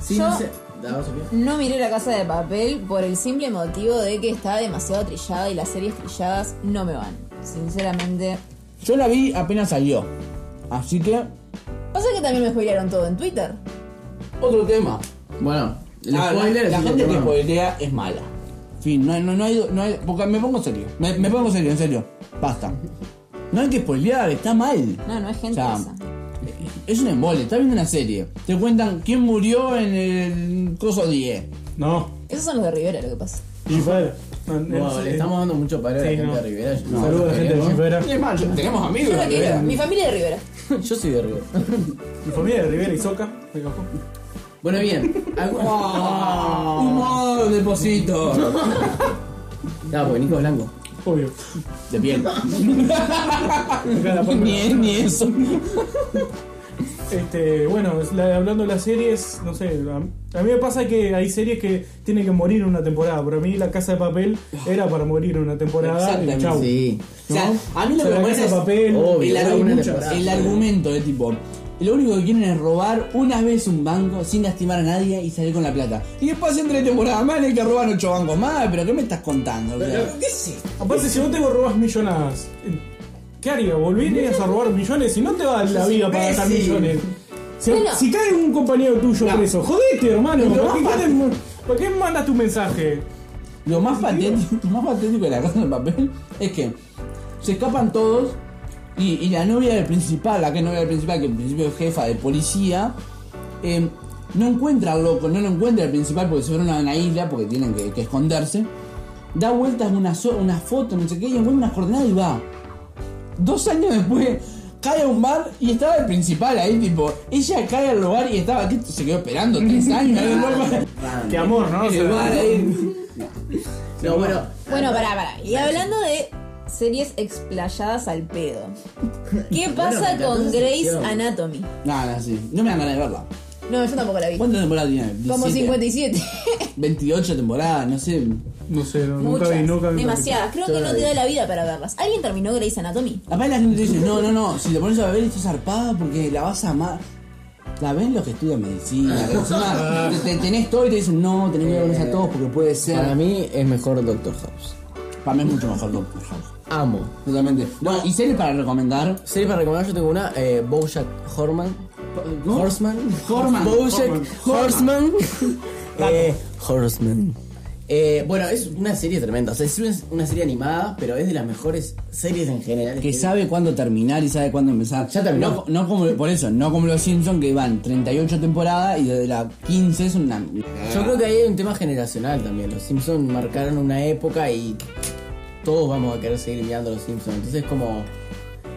Sí,
Yo-
no sé. La vas a ver.
No miré la casa de papel por el simple motivo de que está demasiado trillada y las series trilladas no me van. Sinceramente.
Yo la vi apenas salió. Así que,
Pasa que también me spoilearon todo en Twitter.
otro tema.
Bueno, el
Ah, La, la-
spoiler es
la
el
gente que
tema.
spoilea es mala. Fin, no, no, no hay, no hay- Porque me pongo serio. Me, me pongo serio, en serio. Basta. No hay que spoilear, está mal.
No, no es gente
O sea,
esa.
Es un embole, estás viendo una serie. Te cuentan quién murió en el coso 10.
No.
Esos son los de Rivera lo que pasa.
Gifera. No,
Bueno,
no,
le estamos dando mucho palo a la
Sí,
gente
no.
de Rivera. Yo-
Saludos a la gente de Gifera.
Es más, yo- tenemos amigos.
Yo lo quiero.
¿verdad?
Mi familia es de Rivera.
Yo soy de Rivera.
Mi familia de Rivera y Soca. me cajó.
Bueno, bien. Ah. algo-
Humor de pocito.
No, Ah, porque Nico es blanco.
Obvio.
De piel.
Acá la palma.
ni, es- ni eso.
Este, bueno, es la- hablando de las series, no sé, a, a mí me pasa que hay series que tienen que morir en una temporada, pero a mí La Casa de Papel era para morir en una temporada y
Exactamente,
chau.
Sí.
O sea, a mí lo
O sea,
que me
La
parece
Casa de
es
Papel,
Obvio.
el,
hay
argumento-
muchas gracias.
el argumento de tipo. Lo único que quieren es robar una vez un banco sin lastimar a nadie y salir con la plata. Y después entre temporada más hay que robar ocho bancos más, pero ¿qué me estás contando? O sea,
aparte si vos te robás millonadas, eh, ¿qué harías? ¿Volverías a robar millones? Si no te va la vida para gastar
imbécil.
millones. Si,
Bueno.
si cae un compañero tuyo preso, jodete hermano,
Lo
¿por qué,
más
querés- por qué mandas tu mensaje?
Lo más patético, lo más patético de la casa de papel es que se escapan todos y, y la novia del principal, la que es novia del principal, que en principio es jefa de policía, eh, no encuentra al loco, no lo encuentra el principal porque se fueron a una isla porque tienen que, que esconderse. Da vueltas una, so- una foto, no sé qué, y encuentra unas coordenadas y va. Dos años después cae a un bar y estaba el principal ahí, tipo, ella cae al lugar y estaba, que se quedó esperando tres años.
Qué amor, ¿no? O
en
sea,
el bar ahí.
No, bueno.
Bueno, pará, pará. Y hablando de series explayadas al pedo. ¿Qué pasa
mientras
con
no se
Grey's
sintió.
Anatomy?
No, no, sí. No me dan ganas de verla.
No, yo tampoco la vi.
¿Cuántas temporadas tiene?
Como
17,
57.
28 temporadas, no sé.
No sé, no, nunca
Muchas.
vi, nunca vi.
Demasiadas. Creo que no te da la vida para verlas. ¿Alguien terminó Grey's Anatomy?
Aparte la gente te dice, no, no, no, si te pones a beber estás zarpada porque la vas a amar. La ven los que estudian medicina, que encima te- te tenés todo y te dicen, no, tenés que verlos a todos porque puede ser.
eh, Para mí es mejor Doctor House.
Para mí es mucho mejor Doctor House.
Amo.
Totalmente. No, y series para recomendar.
Serie para recomendar, yo tengo una, eh, Bojack Horman. Horseman.
Horman.
Bojack
Horman.
Horseman. eh, Horseman. Eh, bueno, es una serie tremenda. O sea, es una, una serie animada, pero es de las mejores series en general.
Que sabe cuándo terminar y sabe cuándo empezar.
Ya terminó.
No, no como, por eso, no como los Simpsons que van 38 temporadas y desde la 15 es una.
Yo creo que ahí hay un tema generacional también. Los Simpsons marcaron una época y todos vamos a querer seguir mirando a los Simpsons. Entonces, como.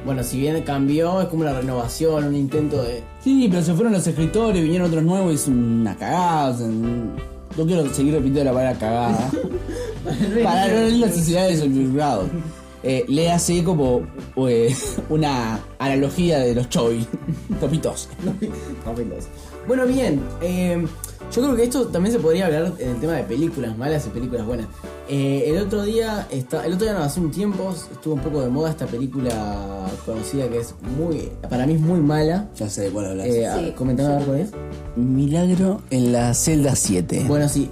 Bueno, si bien cambió, es como una renovación, un intento de.
Sí, pero se fueron los escritores, vinieron otros nuevos y es una cagada. o sea, no quiero seguir repitiendo la palabra cagada. Para no herir la sociedad de subjugado. Eh, le hace como eh, una analogía de los choy, topitos.
Papelos. Bueno, bien. eh, yo creo que esto también se podría hablar en el tema de películas malas y películas buenas. Eh, el otro día, está, el otro día no, hace un tiempo, estuvo un poco de moda esta película conocida que es muy, para mí es muy mala.
Ya sé de cuál hablas.
Eh,
Sí.
comentame a ver cuál es.
Milagro en la celda 7.
Bueno, sí.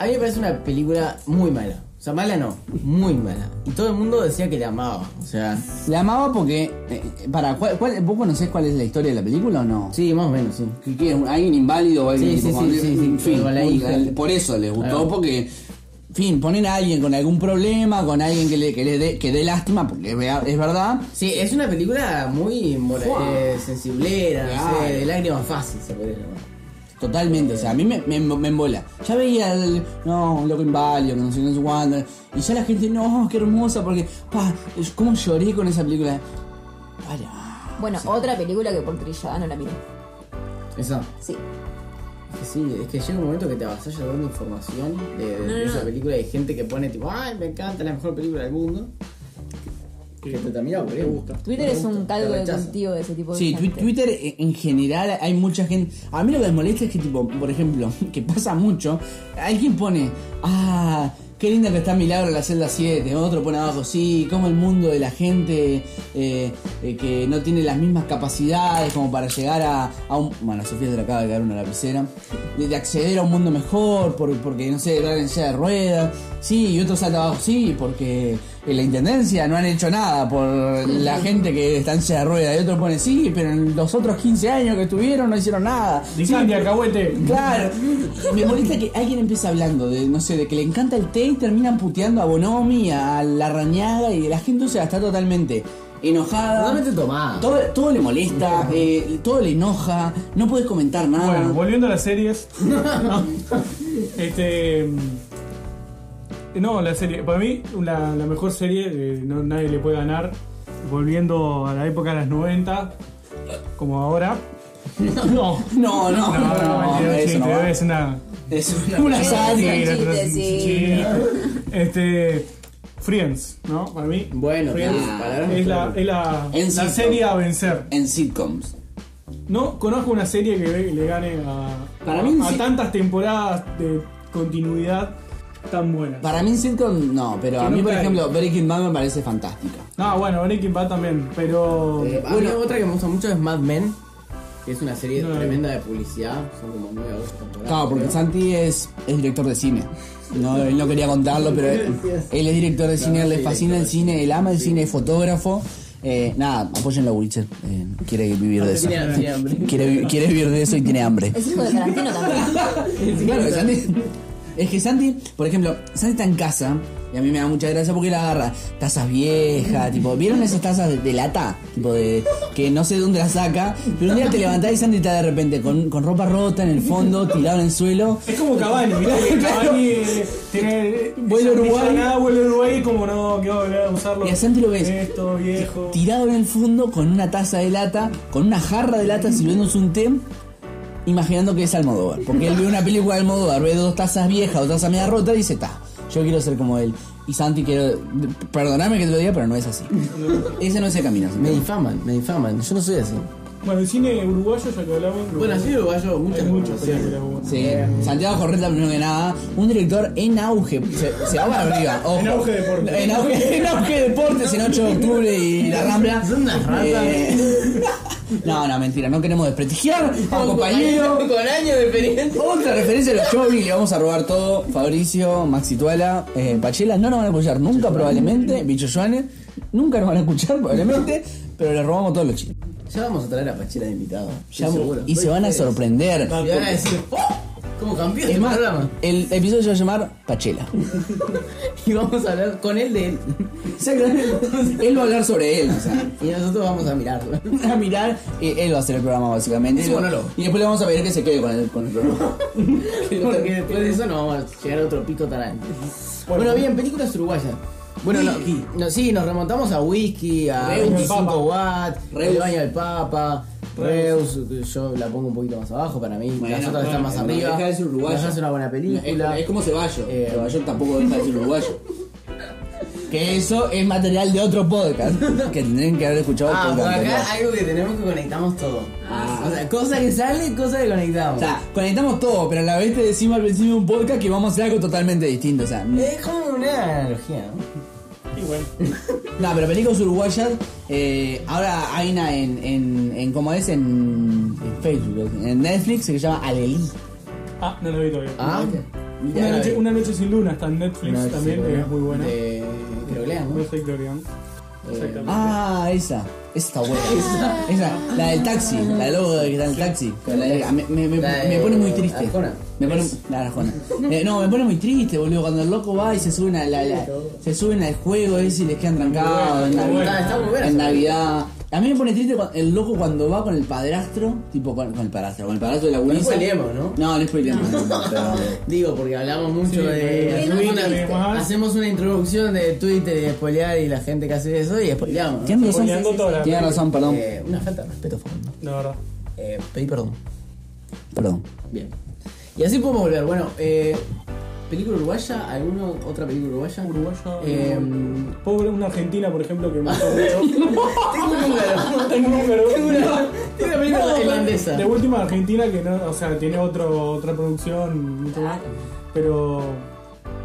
A mí me parece una película muy mala. O sea, mala no, muy mala. Y todo el mundo decía que la amaba. O sea,
La amaba porque. eh, para, ¿cuál, cuál- vos conocés cuál es la historia de la película o no?
sí, más o menos, sí.
¿Qué- qué? ¿Alguien inválido o alguien
Sí, sí,
tipo,
sí,
con-
sí, sí,
en fin,
con la hija.
Por eso les gustó,
Claro.
porque fin, poner a alguien con algún problema, con alguien que le, que le dé, que dé lástima, porque es, vea- es verdad.
Sí, es una película muy mora- eh, sensiblera, no sé,
Claro.
de lágrimas fácil se podría llamar.
Totalmente, o sea, a mí me, me, me embola. Ya veía el, no, un loco inválido, que no sé, no sé cuándo, Y ya la gente, no, qué hermosa, porque, pa, ¿cómo lloré con esa película? Para.
Bueno, otra película que por trillada no la miré.
Eso.
Sí.
Es que sí, es que llega un momento que te avasalla toda la información de, de-
No, no,
de esa
no.
película y hay gente que pone tipo, ay, me encanta, es la mejor película del mundo. Que te termina aburriendo.
Twitter
Te
es un
gusta,
caldo
te
de
rechaza.
cultivo de ese tipo de
Sí, tu-
gente.
Twitter eh, en en general hay mucha gente. A mí lo que me molesta es que, tipo, por ejemplo, que pasa mucho, alguien pone, ah, qué linda que está Milagro en la celda 7. Otro pone abajo, sí, como el mundo de la gente eh, eh, que no tiene las mismas capacidades como para llegar a, a un. Bueno, a Sofía se le acaba de caer una lapicera. De, de acceder a un mundo mejor, por- porque, no sé, van en silla de ruedas. Sí, y otro salta abajo, sí, porque en la intendencia no han hecho nada por la gente que está en silla de ruedas. Y otro pone, sí, pero en los otros 15 años que estuvieron no hicieron nada. Sí,
Dicen de Alcahuete.
Claro, me molesta que alguien empiece hablando de, no sé, de que le encanta el té y terminan puteando a Bonomi, a la rañaga y la gente, o sea, está totalmente enojada.
Totalmente tomada.
Todo, todo le molesta, eh, todo le enoja, no puedes comentar nada.
Bueno, volviendo a las series. este. No, la serie. Para mí, la, la mejor serie, eh, no, nadie le puede ganar. Volviendo a la época de las 90, como ahora. No,
no, no,
no, no, mentira,
eso
chiste,
no va.
es una.
Es una sátira.
chiste,
otra-
sí.
Este. Friends, ¿no? Para mí.
Bueno,
Friends
claro, palabras
es la, es la,
En
la
sí,
serie
todo.
a vencer.
En sitcoms.
No conozco una serie que le- le gane a,
Para mí
a
sí.
tantas temporadas de continuidad tan buena.
Para mí en sitcom no, pero a
Que
mí,
no
por
cae.
ejemplo, Breaking Bad me parece fantástica.
No, bueno, Breaking Bad también, pero
Eh, a mí otra que me gusta mucho es Mad Men, que es una serie
No, no.
tremenda de publicidad. Son como nueve o doce temporadas.
Claro, porque
creo.
Santi es, es director de cine. No, él no quería contarlo, pero él, él es director de cine,
Claro,
le
sí,
fascina el
director de
cine, él ama el
Sí.
cine, es fotógrafo. Eh, nada, apóyenlo a Witcher. eh, quiere vivir de eso.
Tiene- tiene Ah, hambre.
Quiere, vi- quiere vivir de eso y tiene hambre.
Es hijo de Tarantino también.
Claro, Santi- Es que Santi, por ejemplo, Santi está en casa y a mí me da mucha gracia porque él agarra tazas viejas, tipo, ¿vieron esas tazas de, de lata? Tipo de que no sé de dónde las saca, pero un día te levantás y Santi está de repente con, con ropa rota en el fondo, tirado en el suelo.
es como Cavani, mirá que Cavani eh, tiene
Vuelve a Uruguay.
nada, vuelve a Uruguay y como no, que va a volver a usarlo.
Y a Santi lo ves.
Esto viejo.
tirado en el fondo con una taza de lata, con una jarra de lata sirviéndose un té, imaginando que es Almodóvar. Porque él ve una película de Almodóvar, ve dos tazas viejas o tazas media rota y dice, ta, yo quiero ser como él. Y Santi, quiero, perdoname que te lo diga, pero no es así. Ese no es el camino.
Me difaman, me difaman. Yo no soy así.
Bueno, el cine uruguayo ya que hablamos.
Bueno, así uruguayo, muchas
hay muchas
formaciones.
películas buenas.
Sí, Santiago Correta primero que nada, un director en auge, se, se va para arriba, ojo.
En auge deporte.
En auge, en auge deportes en 8 de octubre y la Rambla.
Son unas ratas.
Eh, no, no, mentira, no queremos desprestigiar a un compañero.
Con años de experiencia.
Otra referencia a los Chovis, le vamos a robar todo. Fabricio, Maxi Tuala, eh, Pachela, no nos van a escuchar nunca probablemente. Bicho Joanes, nunca nos van a escuchar probablemente, pero le robamos todos los chiles.
Ya vamos a traer a Pachela de invitado.
Ya-
estoy seguro.
y se van a sorprender.
Y van a decir, ¡oh! ¿Cómo cambió
Es
este
más,
programa?
el episodio se va a llamar Pachela.
Y vamos a hablar con él de él.
él va a hablar sobre él, o sea.
Y nosotros vamos a mirarlo.
A mirar, eh, él va a hacer el programa básicamente.
Es un monólogo.
Y después le vamos a pedir que se quede con el, con el programa.
Porque después de eso no vamos a llegar a otro pico tan alto. Bueno, bien, películas uruguayas. Bueno, no, no, sí, nos remontamos a Whisky, a
Reus.
25
Papa.
Watt,
Reus.
El Baño del Papa, Reus. yo la pongo un poquito más abajo para mí,
Bueno,
las otras están más
bueno,
arriba.
deja de ser uruguaya.
Nos hace una buena película.
Es, es como Ceballo.
Eh,
Ceballo tampoco deja de ser uruguayo. Que eso es material de otro podcast. Que tendrían que haber escuchado
Ah,
por
por
anterior.
acá algo que tenemos que conectamos todo.
Ah.
O sea, cosa que sale, cosa que conectamos.
O sea, conectamos todo, pero a la vez te decimos al principio de un podcast que vamos a hacer algo totalmente distinto. O sea,
es como una analogía, ¿no?
Y bueno,
No, pero películas uruguayas, eh, ahora hay una en, en, en ¿cómo es? En, en Facebook, en Netflix, que se llama Alelí.
ah, no lo vi todavía.
Ah,
Una noche,
eh.
una noche sin luna está en Netflix
Una vez
también,
sí,
Eh,
que es muy buena.
De Creo que lean, ¿no? Eh,
Perfecto, León. Exactamente.
Ah, esa. Esa está buena.
Ah.
Esa, la del taxi, la del logo que está en el taxi. La de- me, me- me-
La de-
me pone muy triste.
Arjona.
Me pone, la de Arjona. Eh, no, me pone muy triste, boludo. Cuando el loco va y se suben, a la, la- se suben al juego ese y les quedan trancados en
muy buena.
Navidad.
Está muy buena
en
esa
Navidad. A mí me pone triste cuan- el loco cuando va con el padrastro, tipo con, con el padrastro, con el padrastro de la gurisa.
spoileemos, ¿no?
No, no spoileemos. pero-
Digo, porque hablamos mucho
Sí,
de. Hacemos
bueno, Twitter
una,
y demás.
hacemos una introducción de Twitter y de spoilear y la gente que hace eso y spoileamos. ¿no?
Tienes razón.
Spoileando toda la-
Tienes razón, perdón.
Eh, una falta de respeto, Facundo.
La verdad.
Eh, pedí perdón.
Perdón.
Bien. Y así podemos volver. Bueno, eh, ¿película uruguaya? ¿Alguna otra película uruguaya?
Uruguaya.
Eh,
Pobre, una argentina, por ejemplo, que me gustó mucho.
tengo un húngaro.
Tengo un número.
Tengo una, tengo una película
No,
irlandesa.
De última Argentina que no, o sea, tiene otro, otra producción mucho más. Pero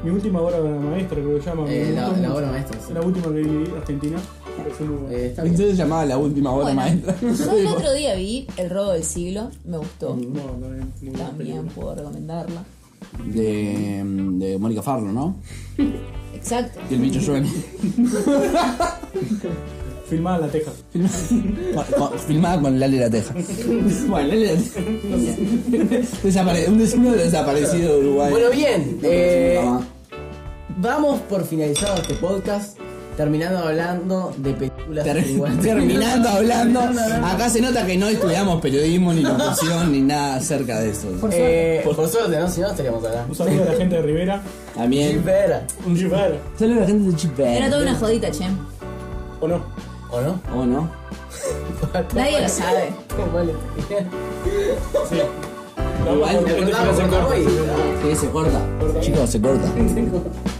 mi última obra maestra, creo que se llama. me
Eh, la,
gustó
la
mucho.
obra maestra. sí.
La última que vi Argentina. me pareció muy buena.
Eh, está bien.
Entonces llamaba la última hora
Bueno,
maestra.
yo el otro día vi El robo del siglo, me gustó.
No, también, muy buena
También
película.
puedo recomendarla.
De, de Mónica Farro, ¿no?
Exacto.
Y el bicho suena.
Filmada en La Texas.
Con- con- Filmada con Lale la Teja. Bueno, Lale la Teja. Desapare- un des- uno desaparecido de Uruguay.
Bueno, bien. Eh,
Mamá.
vamos por finalizado este podcast. Terminando hablando de películas
Ter-
uruguayas.
terminando hablando, acá se nota que no estudiamos periodismo, ni locución, ni nada acerca de eso.
Eh, por suerte, ¿no? Si no, estaríamos acá.
Un saludo a la gente de Rivera.
Pues
También.
Chipera.
Un chifar.
Solo la gente de Chipper.
Era toda una jodita, che.
¿O no?
¿O no?
¿O no?
Nadie lo sabe.
¿Cómo vale?
Sí. Lo
Igual,
hago por-
Pues Te acordamos,
por-
por favor.
Sí, se corta. Chicos, se corta.